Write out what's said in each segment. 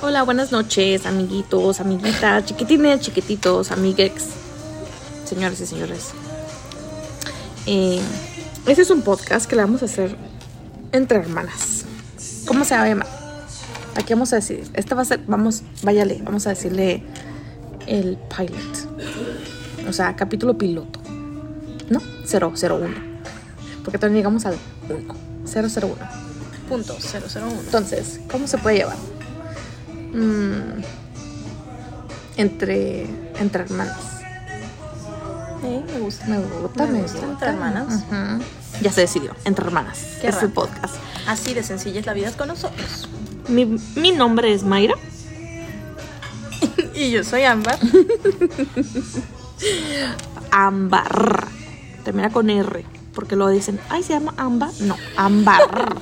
Hola, buenas noches, amiguitos, amiguitas, chiquitines, chiquititos, amiguex, señores y señores. Eh, este es un podcast que le vamos a hacer entre hermanas. ¿Cómo se va a llamar? Aquí vamos a decir, esta va a ser, vamos, váyale, vamos a decirle el pilot. O sea, capítulo piloto. ¿No? 001. Porque todavía llegamos al 1. 001. Punto 001. Entonces, ¿cómo se puede llevar? Mm, entre, entre hermanas. Sí, me gusta. Me gusta, Me me, gusta, gusta. entre hermanas. Ujú. Ya se decidió, entre hermanas. Qué es el raro. podcast. Así de sencilla es la vida con nosotros. Mi, mi nombre es Mayra. Y yo soy Ámbar. Ámbar. Termina con R. Porque lo dicen, ay, se llama Ámbar. No, Ámbar.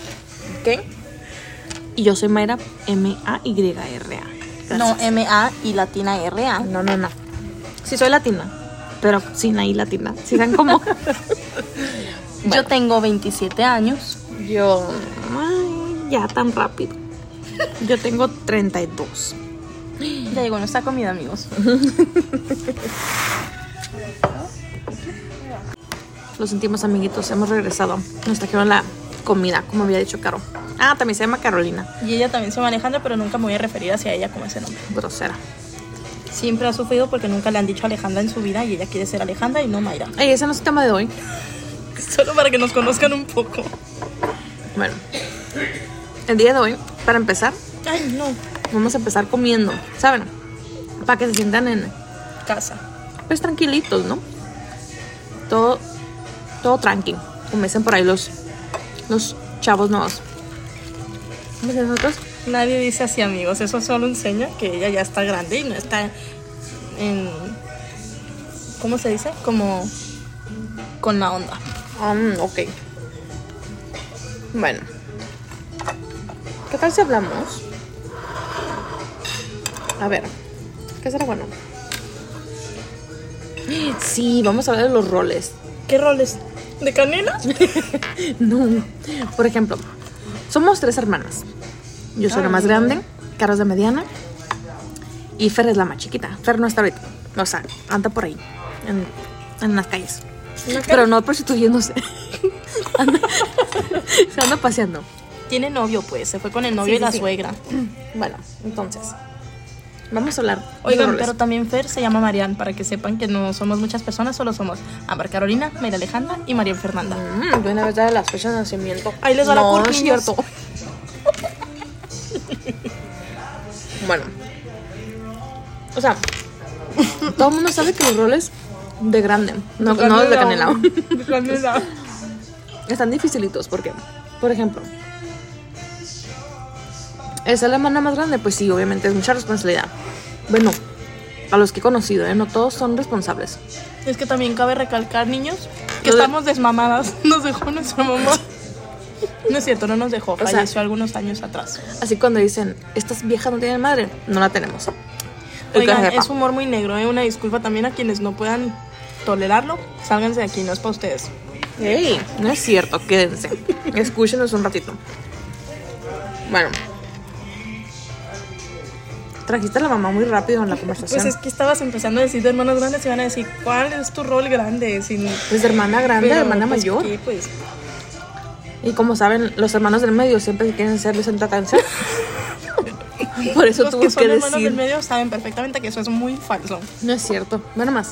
¿Qué? y yo soy Mayra, M-A-Y-R-A. Gracias. Ah, No, eh. M-A y latina R-A. no, no, no. Sí, soy latina. Pero sin ahí latina. Si dan como. Yo tengo 27 años. Yo. Ay, ya tan rápido. Yo tengo 32. Ya llegó nuestra comida, amigos. Lo sentimos, amiguitos. Hemos regresado. Nos trajeron la comida, como había dicho Caro. Ah, también se llama Carolina. Y ella también se llama Alejandra, pero nunca me voy a referir hacia ella como ese nombre. Grosera. Siempre ha sufrido porque nunca le han dicho Alejandra en su vida y ella quiere ser Alejandra y no Mayra. Ey, ese no es el tema de hoy. Solo para que nos conozcan un poco. Bueno. El día de hoy, para empezar, Ay, no. vamos a empezar comiendo. ¿Saben? Para que se sientan en. Casa. Pues tranquilitos, ¿no? Todo. Todo tranqui. Como dicen por ahí los. Los chavos nuevos. Pues nosotros. Nadie dice así, amigos. Eso solo enseña que ella ya está grande y no está en. ¿Cómo se dice? Como. con la onda. Mm, ok. Bueno. ¿Qué tal si hablamos? A ver. ¿Qué será bueno? Sí, vamos a hablar de los roles. ¿Qué roles? ¿De canela? No. Por ejemplo, somos tres hermanas. Yo soy la más grande, Caro es la mediana y Fer es la más chiquita. Fer no está ahorita. O sea, anda por ahí, en, en las calles. Pero no prostituyéndose. anda, se anda paseando. Tiene novio, pues. Se fue con el novio Sí, y sí, la sí. suegra. Bueno, entonces, vamos a hablar. de Oigan, roles. pero también Fer se llama Marian, para que sepan que no somos muchas personas, solo somos Amber Carolina, María Alejandra y Marian Fernanda. Mm, de una vez ya de las fechas de nacimiento. Ahí les va la No, cur, es niños. cierto. bueno. O sea, todo el mundo sabe que los roles de grande, no, no de canela, Canela. están dificilitos porque, por ejemplo, es la hermana más grande, pues sí, obviamente es mucha responsabilidad. Bueno, a los que he conocido, ¿eh? no todos son responsables. Es que también cabe recalcar, niños, que Lo de- estamos desmamadas. Nos dejó nuestra mamá. No es cierto, no nos dejó. sea- Falleció algunos años atrás. Así cuando dicen, estas viejas no tienen madre, no la tenemos. El Oigan, que sepa. es humor muy negro, ¿eh? Una disculpa también a quienes no puedan tolerarlo. Sálganse de aquí, no es para ustedes. Ey, no es cierto, quédense. Escúchenos un ratito. Bueno. Trajiste a la mamá muy rápido en la conversación. Pues es que estabas empezando a decir de hermanos grandes y van a decir, ¿cuál es tu rol grande? Sin... Pues de hermana grande, Pero, hermana pues, mayor. ¿qué, pues? Y como saben, los hermanos del medio siempre quieren ser el centro de atención. Por eso Los tuvo que son que hermanos del decir. medio saben perfectamente que eso es muy falso. No es cierto. Bueno, más.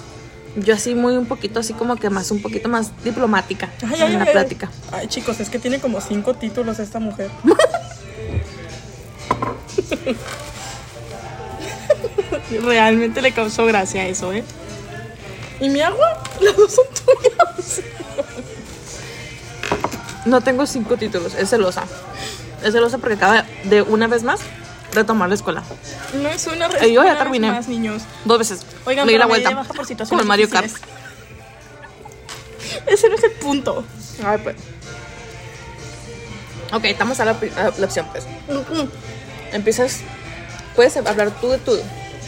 Yo así muy un poquito, así como que más, un poquito más diplomática Ay, ay, en la ay, ay. plática. Ay, chicos, es que tiene como cinco títulos esta mujer. Realmente le causó gracia eso, ¿eh? ¿Y mi agua? Las dos son tuyas. No tengo cinco títulos, es celosa. Es celosa porque acaba de una vez más retomar la escuela. No es una Eh, yo ya una vez terminé. más, niños. Dos veces. Oigan, Le di pero la la vuelta. baja por situaciones Como el Mario Kart. difíciles. Ese no es el punto. Ay, pues. Ok, estamos a la, opi- a la opción, pues. Mm, Empiezas. Puedes hablar tú de tu.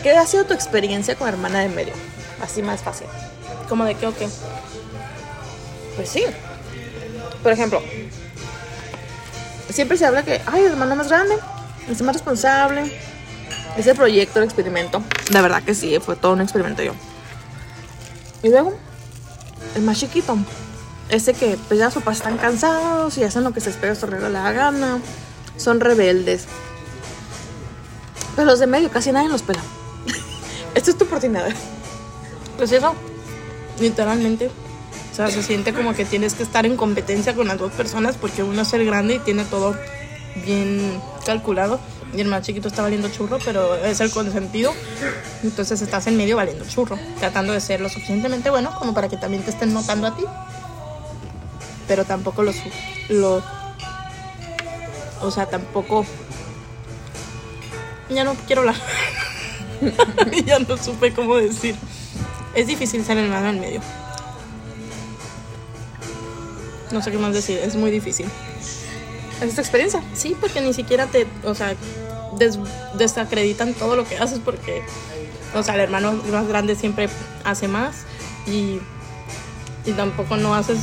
¿Qué ha sido tu experiencia con hermana de medio? Así más fácil. ¿Cómo de qué o qué? Pues sí. Por ejemplo, siempre se habla que, ay, el hermano más grande es el más responsable, Ese proyecto, el experimento, la verdad que sí, fue todo un experimento yo. Y luego, el más chiquito, ese que pues ya sus papás están cansados y hacen lo que se espera su regla la gana, son rebeldes. Pero los de medio casi nadie los pela. Esta es tu oportunidad. Pues eso, literalmente. O sea, se siente como que tienes que estar en competencia con las dos personas porque uno es el grande y tiene todo bien calculado. Y el más chiquito está valiendo churro, pero es el consentido. Entonces estás en medio valiendo churro, tratando de ser lo suficientemente bueno como para que también te estén notando a ti. Pero tampoco los. los o sea, tampoco. Ya no quiero hablar. ya no supe cómo decir. Es difícil ser el malo en medio. No sé qué más decir, es muy difícil. Esa es tu experiencia. Sí, porque ni siquiera te, o sea, des- desacreditan todo lo que haces porque, o sea, el hermano más grande siempre hace más y, y tampoco no haces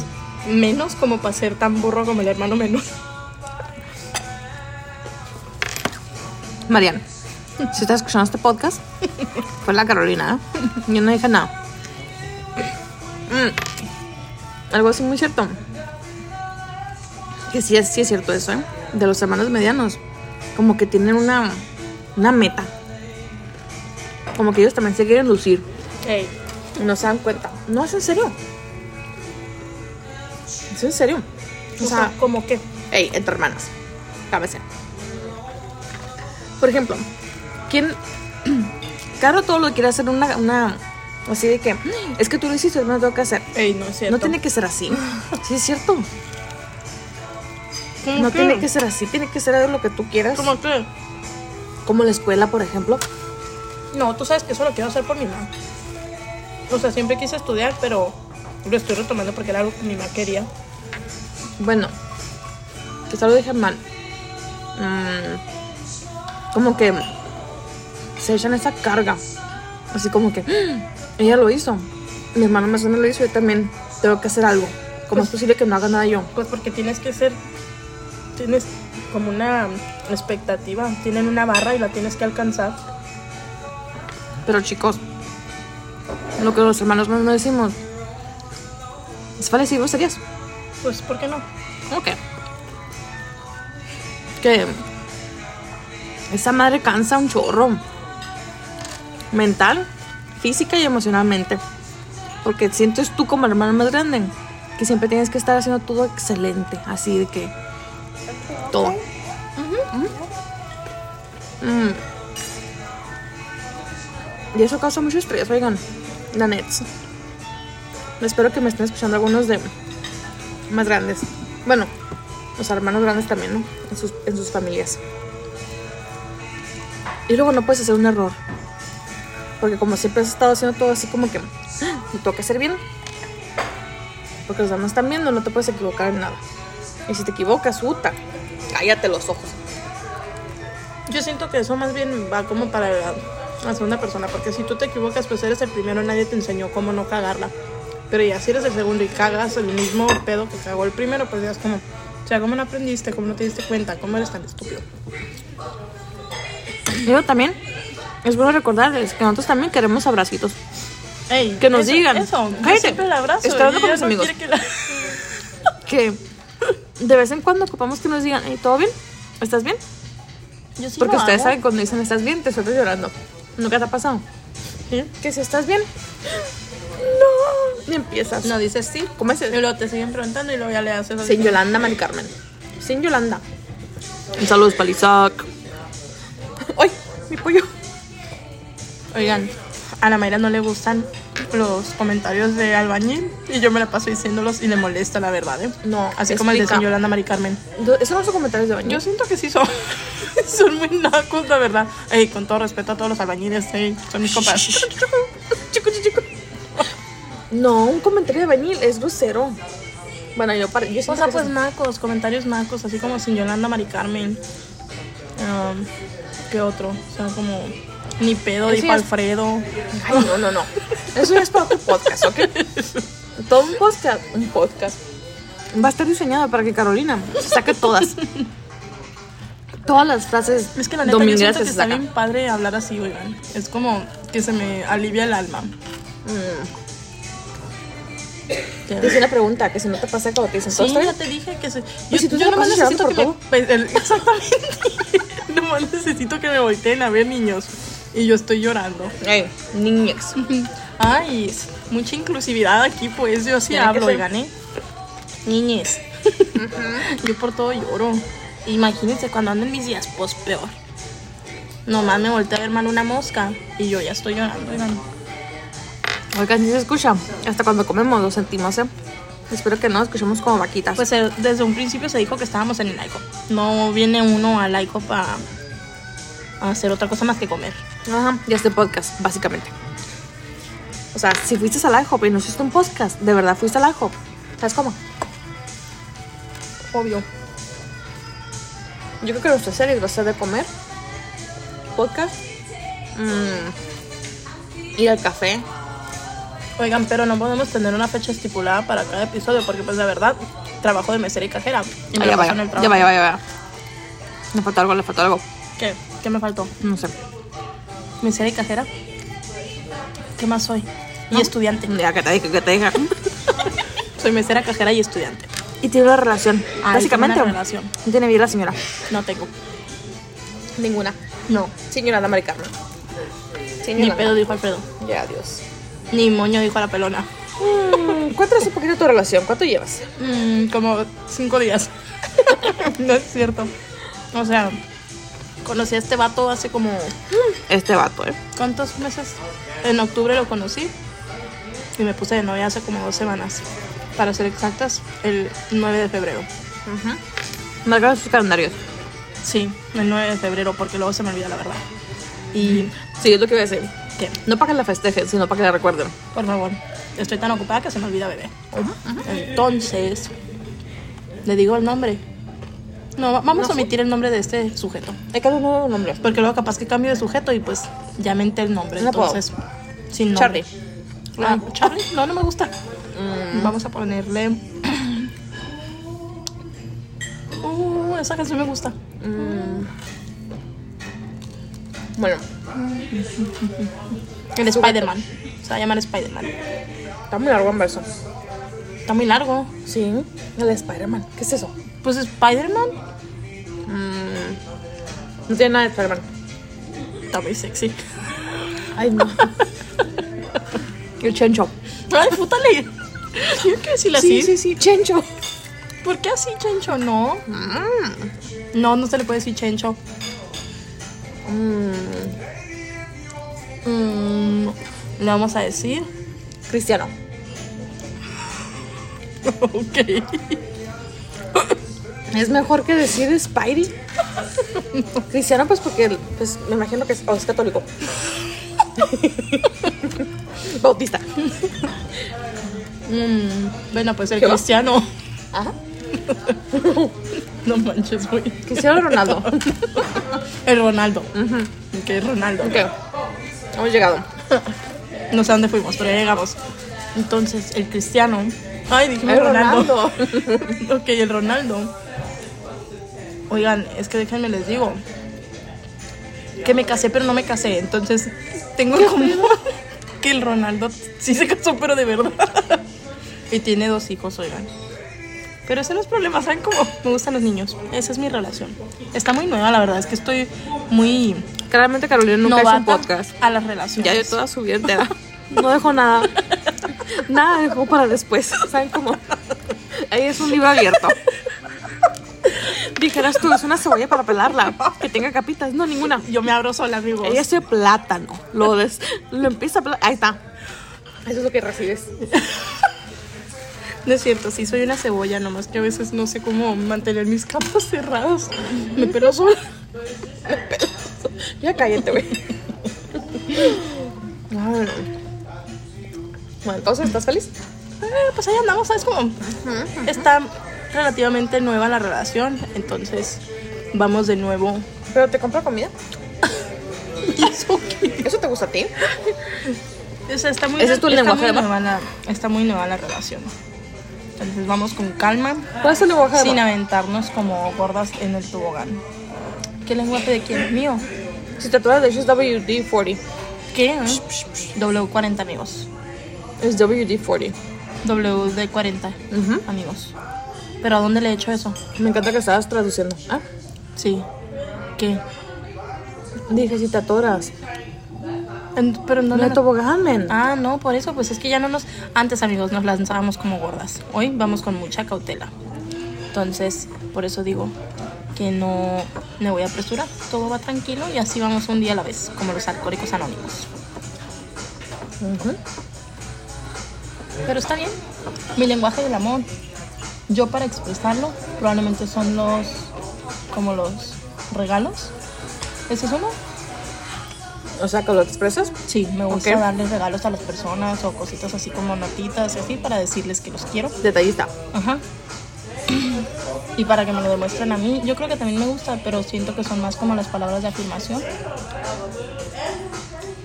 menos como para ser tan burro como el hermano menor. Mariana, si estás escuchando este podcast, fue la Carolina. ¿eh? Yo no dije nada. Mm, Algo así muy cierto. Que sí es, sí es cierto eso, ¿eh? De los hermanos medianos. Como que tienen una, una meta. Como que ellos también se quieren lucir. Ey, Y no se dan cuenta. No, es en serio. Es en serio. o sea, como que, Ey, entre hermanas. Cámese. Por ejemplo, ¿quién. Caro todo lo quiere hacer una, una. Así de que. "Mm, Es que tú lo hiciste, yo no lo tengo que hacer. ey, no es cierto. No tiene que ser así. Sí, es cierto. Como No tiene que ser así. Tiene que ser algo lo que tú quieras. Como que, Como la escuela, por ejemplo. no, tú sabes que eso lo quiero hacer por mi mamá. O sea, siempre quise estudiar, pero lo estoy retomando porque era algo que mi mamá quería. Bueno. Quizá lo dije mal. Mm, como que. Se echan esa carga. Así como que. "Mm, Ella lo hizo. Mi hermana más o menos lo hizo. Yo también tengo que hacer algo. ¿Cómo es posible que no haga nada yo? Pues porque tienes que ser, tienes como una expectativa, tienen una barra y la tienes que alcanzar. Pero chicos, lo que los hermanos más no decimos. Es vale decir groserías. Pues, ¿por qué no? Ok. Que esa madre cansa un chorro. Mental, física y emocionalmente. Porque sientes tú como el hermano más grande que siempre tienes que estar haciendo todo excelente. Así de que. Todo. Ujú. Mm. Y eso causa mucho estrés, oigan. La nets. Espero que me estén escuchando algunos de más grandes. Bueno, los hermanos grandes también, ¿no? En sus, en sus familias. Y luego no puedes hacer un error. Porque como siempre has estado haciendo todo así como que ¡ah! me toca hacer bien. Porque los demás están viendo, no te puedes equivocar en nada. Y si te equivocas, puta, cállate los ojos. Yo siento que eso más bien va como para la, la segunda persona, porque si tú te equivocas, pues eres el primero, nadie te enseñó cómo no cagarla. Pero ya si eres el segundo y cagas el mismo pedo que cagó el primero, pues ya es como, o sea, ¿cómo no aprendiste? ¿Cómo no te diste cuenta? ¿Cómo eres tan estúpido? Pero también es bueno recordarles que nosotros también queremos abracitos. Ey, Que nos eso- digan. Eso, yo Cállate. siempre la abrazo. Estoy hablando y con ella mis no amigos. quiere que la- Que de vez en cuando ocupamos que nos digan, "Ey, ¿todo bien? ¿Estás bien? Yo sí Porque lo ustedes hago. saben cuando dicen estás bien, te sueltas llorando. Nunca te ha pasado. Sí. Que si estás bien. No. Y empiezas. No dices sí. ¿Cómo es? Y luego te siguen preguntando y luego ya le haces así. Sin Yolanda, Mari Carmen. Sin Yolanda. Un saludo para Isaac. ¡Ay! Mi pollo. Oigan, a la Mayra no le gustan los comentarios de albañil y yo me la paso diciéndolos y le molesta, la verdad, ¿eh? No, Así como el de explica. sin Yolanda Mari Carmen. Do- Esos son los comentarios de baño. Yo siento que sí son. son muy nacos, la verdad. Ey, con todo respeto a todos los albañiles, ey, son mis compas. Chico, chico. No, un comentario de bañil es grosero. Bueno, yo para. Yo o siento sea, que pues son- nacos, comentarios nacos, así como sin Yolanda Mari Carmen. Um, ¿Qué otro? O sea, como ni pedo, Eso ya ni pa' es- Alfredo. Ay, no, no, no. Eso ya es para otro podcast, ¿ok? Todo un podcast, un podcast. Va a estar diseñado para que Carolina saque todas. todas las frases Es que la neta yo domingueras siento que que se está sacan. bien padre hablar así, oigan. Es como que se me alivia el alma. Que- mm, Dice la pregunta, que si no te pasa cuando te dicen Sí, todo está ya bien. Pues te dije que se... Yo, si tú te yo la nomás pasas llorando necesito que me... por pues, el- Exactamente. nomás necesito que me volteen a ver, niños. Y yo estoy llorando. Ey, niñex. Ay, es mucha inclusividad aquí, pues. Yo sí Tiene que hablo, ser. oigan, ¿eh? Niñez. yo por todo lloro. Imagínense cuando anden mis días, pues peor. Nomás me voltea a ver mal una mosca. Y yo ya estoy llorando, oigan. Oigan, si se escucha, hasta cuando comemos lo sentimos, ¿eh? Espero que no, escuchemos como vaquitas. Pues eh, desde un principio se dijo que estábamos en el ICO. No viene uno al ICO para hacer otra cosa más que comer. Ajá, y este podcast, básicamente. O sea, si fuiste al IHOP y no hiciste un podcast, de verdad fuiste al IHOP. ¿Sabes cómo? Obvio. Yo creo que nuestra serie va a ser de comer, podcast, mm, ir al café. Oigan, pero no podemos tener una fecha estipulada para cada episodio porque pues la verdad trabajo de mesera y cajera. Y Ah, ya me la vaya, paso en el ya trabajo. vaya, vaya, vaya. Le faltó algo, le faltó algo. ¿Qué? ¿Qué me faltó? No sé. Mesera y cajera. ¿Qué más soy? Y ¿No? estudiante. Ya que te dije, que te dije. Soy mesera, cajera y estudiante. Ah, Y tiene una relación. Ay, básicamente. tiene una relación. No tiene vida la señora. No tengo. Ninguna. No. Señora Ana Mari Carmen. Ni pedo dijo Alfredo. Ya, adiós. Ni moño dijo la pelona. Mm, cuéntanos un poquito tu relación. ¿Cuánto llevas? Mm, como cinco días. no es cierto. O sea, conocí a este vato hace como. Este vato, ¿eh? ¿Cuántos meses? En octubre lo conocí. Y me puse de novia hace como dos semanas. Para ser exactas, el 9 de febrero. Marcaron sus calendarios. Sí, el 9 de febrero, porque luego se me olvida la verdad. Y. Sí, es lo que voy a decir. ¿Qué? No para que la festejen, sino para que la recuerden. Por favor, estoy tan ocupada que se me olvida bebé. Entonces, ¿le digo el nombre? No, va- vamos a omitir el nombre de este sujeto. Hay que darle un nuevo nombre. Porque luego capaz que cambio de sujeto y pues ya me enté el nombre. No puedo. entonces, sin nombre. Charlie. Mm. Ah, Charlie, no, no me gusta. Vamos a ponerle. Uh, esa canción me gusta. Mm. Bueno, El Spider-Man. Se va a llamar Spider-Man. está muy largo en verso. Está muy largo. Sí, el Spider-Man. ¿Qué es eso? Pues Spider-Man Mm. No tiene nada de Spider-Man. está muy sexy. Ay, no. el Chencho. Ay, pútale. Yo quiero decirle Sí, así. sí, sí, Chencho. ¿Por qué así, Chencho? No. Mm. No, no se le puede decir Chencho. Mm, le vamos a decir. Cristiano. Ok. Es mejor que decir Spidey. Cristiano, pues porque pues, me imagino que es, o es católico. Bautista. Mm, bueno, pues el ¿Qué va? cristiano. Ajá. No manches, güey. Cristiano Ronaldo. El Ronaldo. Que es Ronaldo. Ok. Hemos llegado. No sé a dónde fuimos, pero ya llegamos. Entonces, el cristiano. Ay, dijimos Ay, Ronaldo. Ronaldo. ok, el Ronaldo. Oigan, es que déjenme les digo. Que me casé, pero no me casé. Entonces, tengo en común que el Ronaldo sí se casó, pero de verdad. y tiene dos hijos, oigan. Pero ese no es problema, ¿saben cómo? Me gustan los niños. Esa es mi relación. Está muy nueva, la verdad. Es que estoy muy Claramente Carolina nunca hizo novata un podcast. a las relaciones. Ya yo toda su vida entera. No dejó nada. Nada dejó para después. ¿Saben cómo? Ahí es un libro abierto. Dijeras tú, es una cebolla para pelarla. Que tenga capitas. No, ninguna. Yo me abro sola, amigos. Ella es de plátano. Lo, des- lo empieza a pelar. Ahí está. Eso es lo que recibes. No es cierto, sí soy una cebolla, nomás que a veces no sé cómo mantener mis capas cerradas. Me pelo sola. Ya cállate, güey. Ah, Ay, Bueno, entonces, ¿estás feliz? Eh, pues ahí andamos, ¿sabes cómo? Está relativamente nueva la relación, entonces vamos de nuevo. ¿Pero te compro comida? It's okay. ¿Eso te gusta a ti? O sea, está muy, Ese es tu está lenguaje muy de amor. nueva la, está muy nueva la relación. Entonces vamos con calma, ¿Cuál es el lenguaje de sin amor? aventarnos como gordas en el tobogán. ¿Qué lenguaje de quién es mío? Si te acuerdas, de hecho es WD-40. ¿Qué? W40 amigos. Es WD-40. W de 40 Ujú. amigos. ¿Pero a dónde le he hecho eso? Me encanta que estabas traduciendo. Ah, Sí. ¿Qué? dije, si te atoras. En- pero en No dónde le la- tobogán, men. Ah, no, por eso, pues es que ya no nos... Antes, amigos, nos lanzábamos como gordas. Hoy vamos con mucha cautela. Entonces, por eso digo que no me voy a apresurar. Todo va tranquilo y así vamos un día a la vez, como los alcohólicos anónimos. Ujú. Pero está bien. Mi lenguaje del amor, yo para expresarlo, probablemente son los... como los regalos. ¿Ese es uno? O sea, que lo expresas. Sí, me gusta Ok. darles regalos a las personas o cositas así como notitas y así para decirles que los quiero. Detallista. Ajá. Y para que me lo demuestren a mí, yo creo que también me gusta, pero siento que son más como las palabras de afirmación.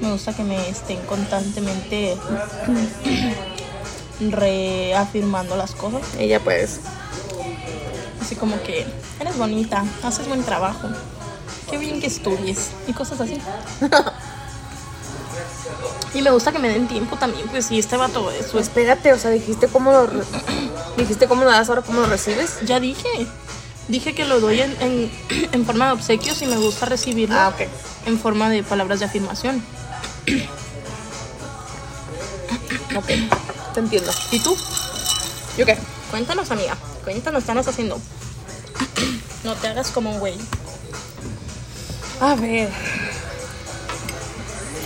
Me gusta que me estén constantemente reafirmando las cosas. Ella, pues. Así como que eres bonita, haces buen trabajo, qué bien que estudies y cosas así. Y me gusta que me den tiempo también, pues si este vato es su Pues espérate, o sea, dijiste cómo lo. re- dijiste cómo lo das, ahora cómo lo recibes. Ya dije. Dije que lo doy en, en, en forma de obsequios y me gusta recibirlo Ah, ok. en forma de palabras de afirmación. Ok. Te entiendo. ¿Y tú? ¿Yo qué? Cuéntanos, amiga. Cuéntanos, ¿qué andas haciendo? No te hagas como un güey. A ver.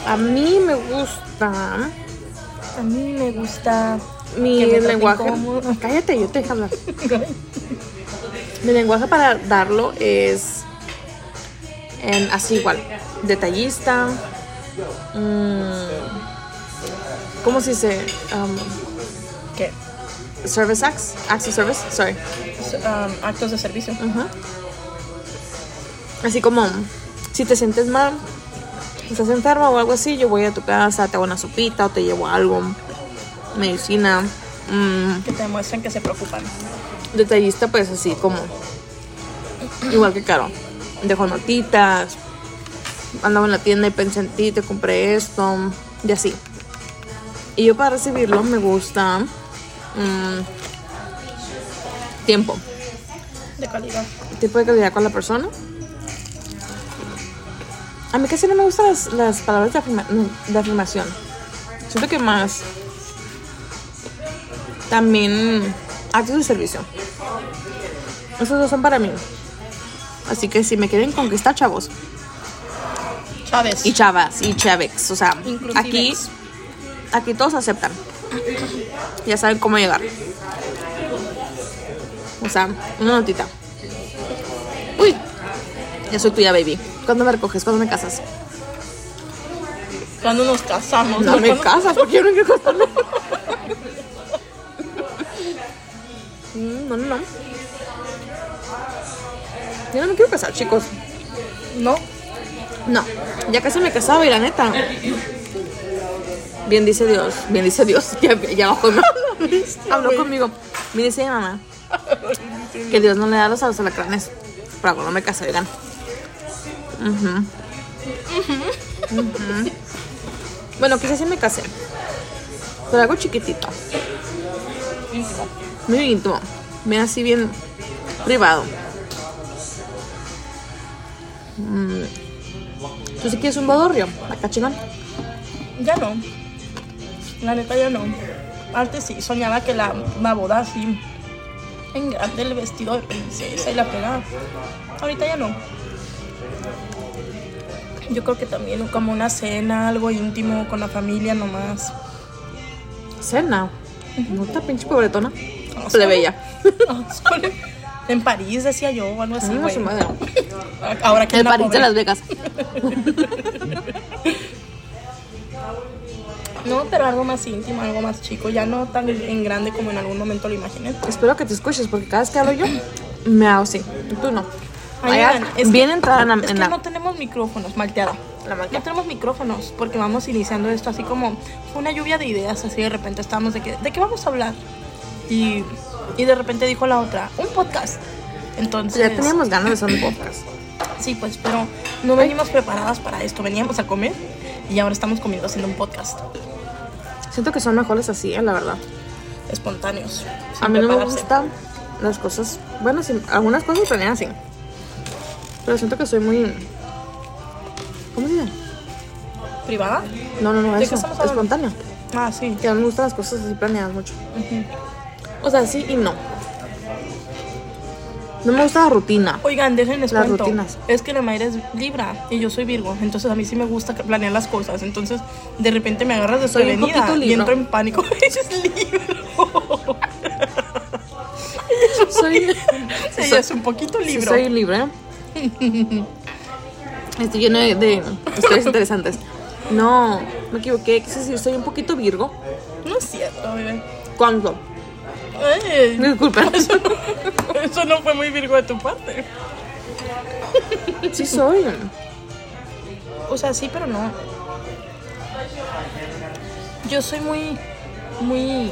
A mí me gusta A mí me gusta mi que me traten lenguaje. como- Cállate, yo te dejo hablar. Mi lenguaje para darlo es en- así igual, detallista, mm, ¿cómo se dice? Um, ¿Qué? service acts, acts of service, sorry. S- um, actos de servicio. Ajá. Así como, si te sientes mal, estás enfermo o algo así, yo voy a tu casa, te hago una sopita o te llevo algo, medicina. mm, Que te demuestren que se preocupan. detallista, pues así como. Igual que Caro. Dejó notitas. Andaba en la tienda y pensé en ti, te compré esto. Y así. Y yo para recibirlo me gusta. mm, tiempo. De calidad. Tiempo de calidad con la persona. A mí casi no me gustan las, las palabras de, afirma- de afirmación. Siento que más. También actos de servicio. Esos dos son para mí. Así que si me quieren conquistar, chavos. Chávez. Y chavas, y chavex. O sea, Inclusive. aquí, aquí todos aceptan. Ya saben cómo llegar. O sea, una notita. Uy, ya soy tuya, baby. ¿Cuándo me recoges? ¿Cuándo me casas? Cuando nos casamos. No me Cuando- casas porque yo no quiero casarme. Mm, No, no, no. Yo no me quiero casar, chicos. No. No, ya casi me casaba y la neta. Bien dice Dios, bien dice Dios, ya, ya bajó mi- Habló conmigo. Me dice mi mamá que Dios no le da los a los alacranes. Por algo no me casé, oigan. Ujú. Ujú. Bueno, quizás sí me casé. Pero algo chiquitito, muy íntimo, bien así, bien privado. Mm. ¿Tú sí quieres un bodorrio? Acá chingón. Ya no. La neta ya no. Antes sí, soñaba que la, la boda así. En grande el vestido de princesa y la pegada. Ahorita ya no. Yo creo que también como una cena, algo íntimo con la familia nomás. Cena. No está pinche pobretona. Ah, Se le sí. veía. en París decía yo, o algo así. Chinga güey. Ah, su madre. Ahora que El una París de pobre. Las Vegas. No, pero algo más íntimo, algo más chico. Ya no tan en grande como en algún momento lo imaginé. Espero que te escuches porque cada vez que hablo yo me hago así. Y tú no. Ay, Allá, oigan, es bien que- entrada en la. es en que la- no tenemos micrófonos, malteada. La malteada. No tenemos micrófonos porque vamos iniciando esto así como fue una lluvia de ideas, así de repente estábamos de que, ¿de qué vamos a hablar? Y, y de repente dijo la otra, un podcast. Entonces, Ya teníamos ganas de hacer un podcast. Sí, pues, pero no venimos preparadas para esto. Veníamos a comer y ahora estamos comiendo haciendo un podcast Siento que son mejores así, eh, la verdad. espontáneos. sin A mí no me prepararse. gustan las cosas. Bueno, sí, algunas cosas planean así. Pero siento que soy muy. ¿Cómo se dice? ¿Privada? No, no, no, qué eso. estamos hablando? Espontánea. Ah, sí. Que a mí me gustan las cosas así planeadas mucho. O sea, sí y no. No me gusta la rutina. Oigan, déjenles Las cuento. rutinas. Es que la Mayra es Libra y yo soy Virgo, entonces a mí sí me gusta planear las cosas. Entonces, de repente me agarras Soy un desprevenida poquito y Libra. entro en pánico. Ella es libro. Soy. Ella es un poquito Sí, libro. soy libre. Estoy lleno de, de historias interesantes. No, me equivoqué. Quise decir, soy un poquito Virgo. No es cierto, bebé. ¿Cuándo? Ey, Disculpa. eso, no, eso no fue muy Virgo de tu parte. Sí, soy. O sea, sí, pero no. Yo soy muy, muy,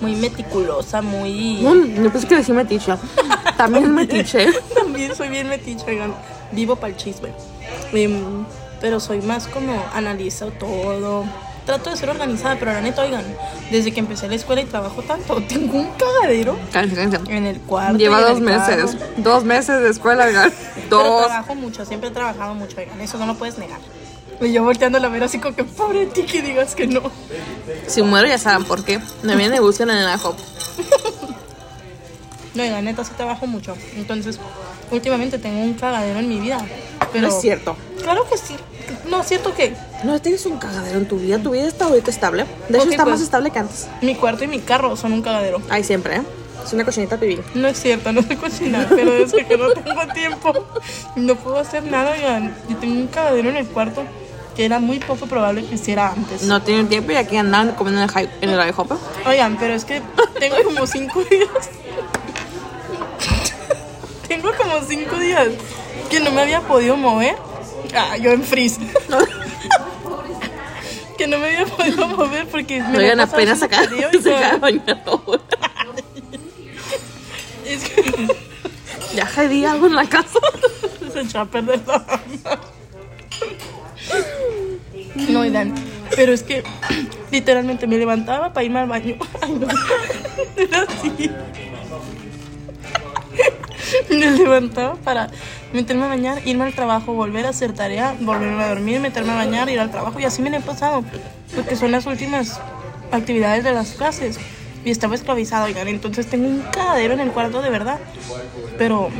muy meticulosa, muy... No, yo pensé que decía metiche. También metiche. También soy bien metiche, oigan. Vivo para el chisme. Em, pero soy más como analizo todo. Trato de ser organizada, pero la neta, oigan, desde que empecé la escuela y trabajo tanto, tengo un cagadero Cállense, cállense. en el cuarto. Lleva y en dos el carro. meses. Dos meses de escuela, oigan. Pero Dos. trabajo mucho, siempre he trabajado mucho, oigan, eso no lo puedes negar. Y yo volteando a ver así como que pobre de ti que digas que no. Si muero ya saben por qué. Me vienen y buscan en la hop. No, oigan, neta, sí trabajo mucho. Entonces, últimamente tengo un cagadero en mi vida. No Pero es cierto. Claro que sí. No, es cierto que No tienes un cagadero en tu vida. Tu vida está ahorita estable. De hecho, Ok, está pues. más estable que antes. mi cuarto y mi carro son un cagadero. Ahí siempre, ¿eh? Es una cochinita pibil. No es cierto, no sé cocinar, pero desde que no tengo tiempo, no puedo hacer nada. oigan. Yo tengo un cagadero en el cuarto que era muy poco probable que hiciera antes. No tienen tiempo y aquí andan comiendo en el, hi- en el IHOP. Oigan, pero es que tengo como cinco días. tengo como cinco días que no me había podido mover. Ah, yo en freeze. que no me había podido mover porque me Oigan, la he pasado apenas haciendo acá frío, se acaba oigan. de bañar ahora. Es que Ya jadí algo en la casa. Se echó a perder la banda. No, oigan, pero es que literalmente me levantaba para irme al baño. Ay, no. Era así. Me levantaba para meterme a bañar, irme al trabajo, volver a hacer tarea, volverme a dormir, meterme a bañar, ir al trabajo. Y así me lo he pasado, porque son las últimas actividades de las clases. Y estaba esclavizada, oigan, entonces tengo un cadero en el cuarto de verdad. Pero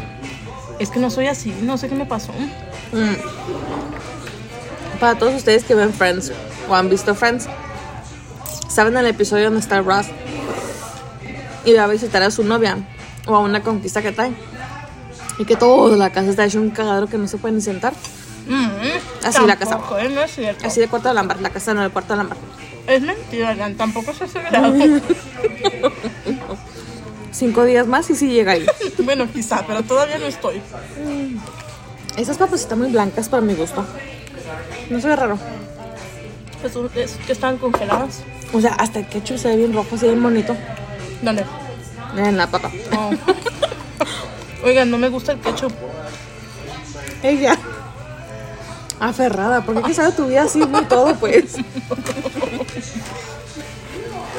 es que no soy así, no sé qué me pasó. Mm. Mm. Para todos ustedes que ven Friends o han visto Friends, saben el episodio donde está Ross y va a visitar a su novia o a una conquista que trae. Y que toda la casa está hecho un cagadero que no se pueden ni sentar. Mm, Así la casa. Tampoco, ¿eh? No es cierto. Así de cuarto de ámbar, la casa no, el cuarto de ámbar. Es mentira, oigan, tampoco se hace grado. Cinco días más y sí llega ahí. bueno, quizá, pero todavía no estoy. Esas papas están muy blancas para mi gusto. No se ve raro. Pues, es que están congeladas. O sea, hasta el ketchup se ve bien rojo, se ve bien bonito. ¿Dónde? En la papa. No. oigan, no me gusta el ketchup. Ella. Aferrada, porque qué sabe tu vida así muy todo, pues.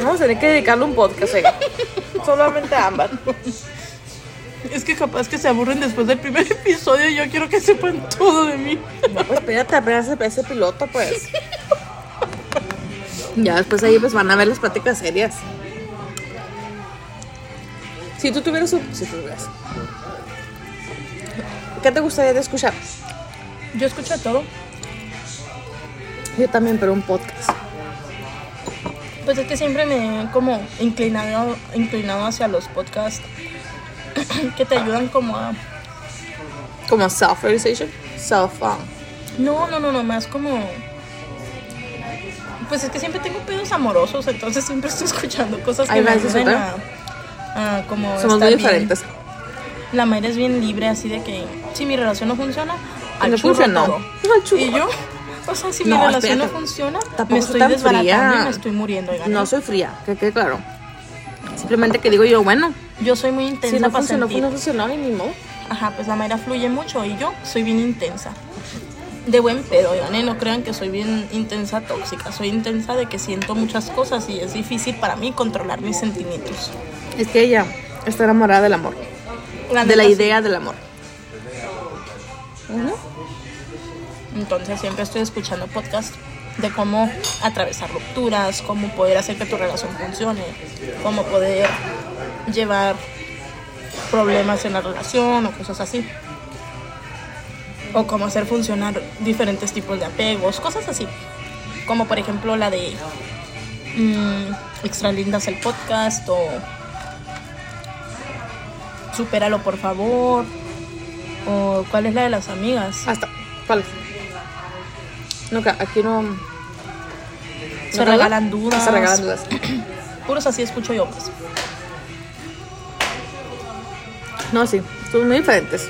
Vamos a tener que dedicarle un podcast, oiga. Solamente a ámbar. Es que capaz que se aburren después del primer episodio y yo quiero que sepan todo de mí. No, pues espérate, apenas ese, ese piloto, pues. Ya después ahí pues van a ver las pláticas serias. Si tú tuvieras un... Si tú tuvieras... ¿Qué te gustaría de escuchar? Yo escucho todo. Yo también, pero un podcast. Pues es que siempre me he como inclinado, inclinado hacia los podcasts que te ayudan como a Como self-realization. Self... um, No, no, no, no, más como. Pues es que siempre tengo pedos amorosos, entonces siempre estoy escuchando cosas que Ahí me va, ese es ayuden otro. a, a como. somos estar muy bien. diferentes. La Mayra es bien libre, así de que si mi relación no funciona, al No churro funcionó. todo. No, al churro. Y yo, o sea, si mi No, relación no espérate. funciona, Tampoco soy me estoy tan desbaratando fría. y me estoy muriendo. oigan. ¿eh? No soy fría, que quede claro. Simplemente que digo yo, bueno, Yo soy muy si intensa no para funcionó, sentir. no funcionó, y ni modo. Ajá, pues la Mayra fluye mucho y yo soy bien intensa. De buen pedo, oigan, ¿eh? no crean que soy bien intensa tóxica. Soy intensa de que siento muchas cosas y es difícil para mí controlar mis sentimientos. Es que ella está enamorada del amor. de la neta, sí. idea del amor. Entonces siempre estoy escuchando podcasts de cómo atravesar rupturas, cómo poder hacer que tu relación funcione, cómo poder llevar problemas en la relación o cosas así. O cómo hacer funcionar diferentes tipos de apegos, cosas así. Como por ejemplo la de mm, Extra Lindas el podcast o Supéralo por favor. O cuál es la de las amigas. Hasta. ¿Cuál? Nunca, aquí no. Se ¿no regalan verdad? dudas. Se regalan dudas. Puros así escucho yo pues. No, sí. Son muy diferentes.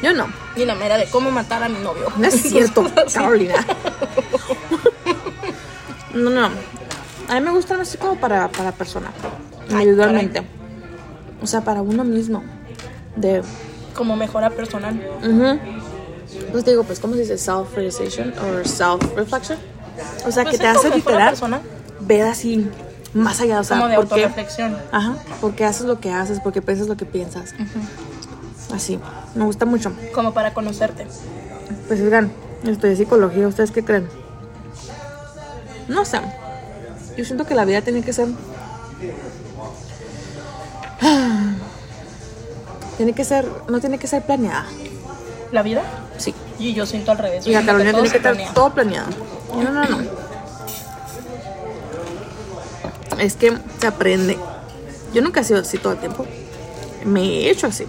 Yo no. Y la mera de cómo matar a mi novio. No es cierto, Cosas así. Carolina. No, no. A mí me gustan así como para, para persona. Individualmente. O sea, para uno mismo. De. Como mejora personal. Ujú. Pues digo, pues, ¿cómo se dice? Self-realization o self-reflection. O sea, que Pues sí, te hace como mejora literal personal. ver así más allá. O sea, Como de ¿por qué? autorreflexión. Ajá, porque haces lo que haces, porque piensas lo que piensas. Así, me gusta mucho. Como para conocerte. Pues oigan, estudié psicología, ¿ustedes qué creen? No sé. Yo siento que la vida tiene que ser. Tiene que ser. No tiene que ser planeada. La vida. Sí. Y yo siento al revés. Y la Yo siento Carolina todo tiene que se estar planea. todo planeado. No, no, no. Es que se aprende. Yo nunca he sido así todo el tiempo. Me he hecho así.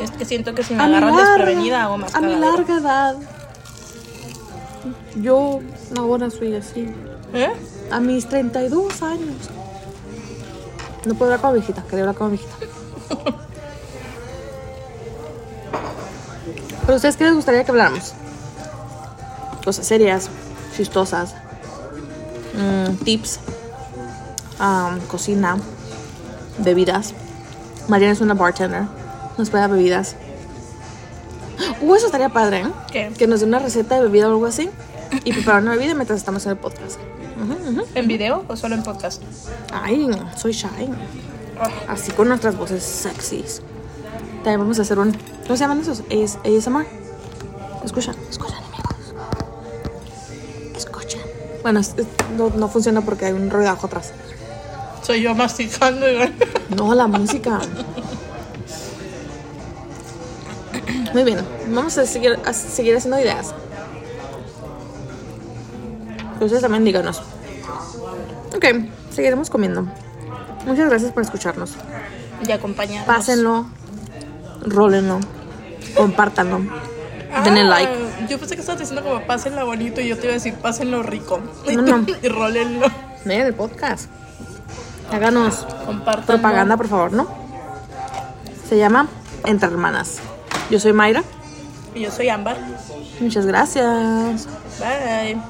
Es que siento que si me agarran desprevenida hago más a mi cagadero. larga edad. Yo ahora soy así. ¿Eh? A mis 32 años. No puedo hablar como viejita, quería hablar como viejita. Pero ustedes qué les gustaría que habláramos? Cosas serias, chistosas, mm, tips, am, cocina, bebidas. Mariana es una bartender, nos puede dar bebidas. Uh, eso estaría padre, ¿eh? ¿Qué? Que nos dé una receta de bebida o algo así y preparar una bebida mientras estamos en el podcast. Ujú, ujú. ¿En video o solo en podcast? Ay, soy shy. Ah, Así con nuestras voces sexys. También vamos a hacer un. ¿Cómo se llaman esos? AS ASMR. Escucha, escucha, amigos. Escucha. Bueno, es- es- no, no funciona porque hay un rodajo atrás. Soy yo masticando. y- No, la música. Muy bien, vamos a seguir, a seguir haciendo ideas. Ustedes también díganos. Ok, seguiremos comiendo. Muchas gracias por escucharnos. Y acompañarnos. Pásenlo, rólenlo, compártanlo, Ah, denle like. Yo pensé que estabas diciendo como pásenla bonito y yo te iba a decir pásenlo rico. No, no. y rólenlo. Miren el podcast. Háganos Compartan. propaganda, por favor, ¿no? Se llama Entre Hermanas. Yo soy Mayra. Y yo soy Ámbar. Muchas gracias. Bye.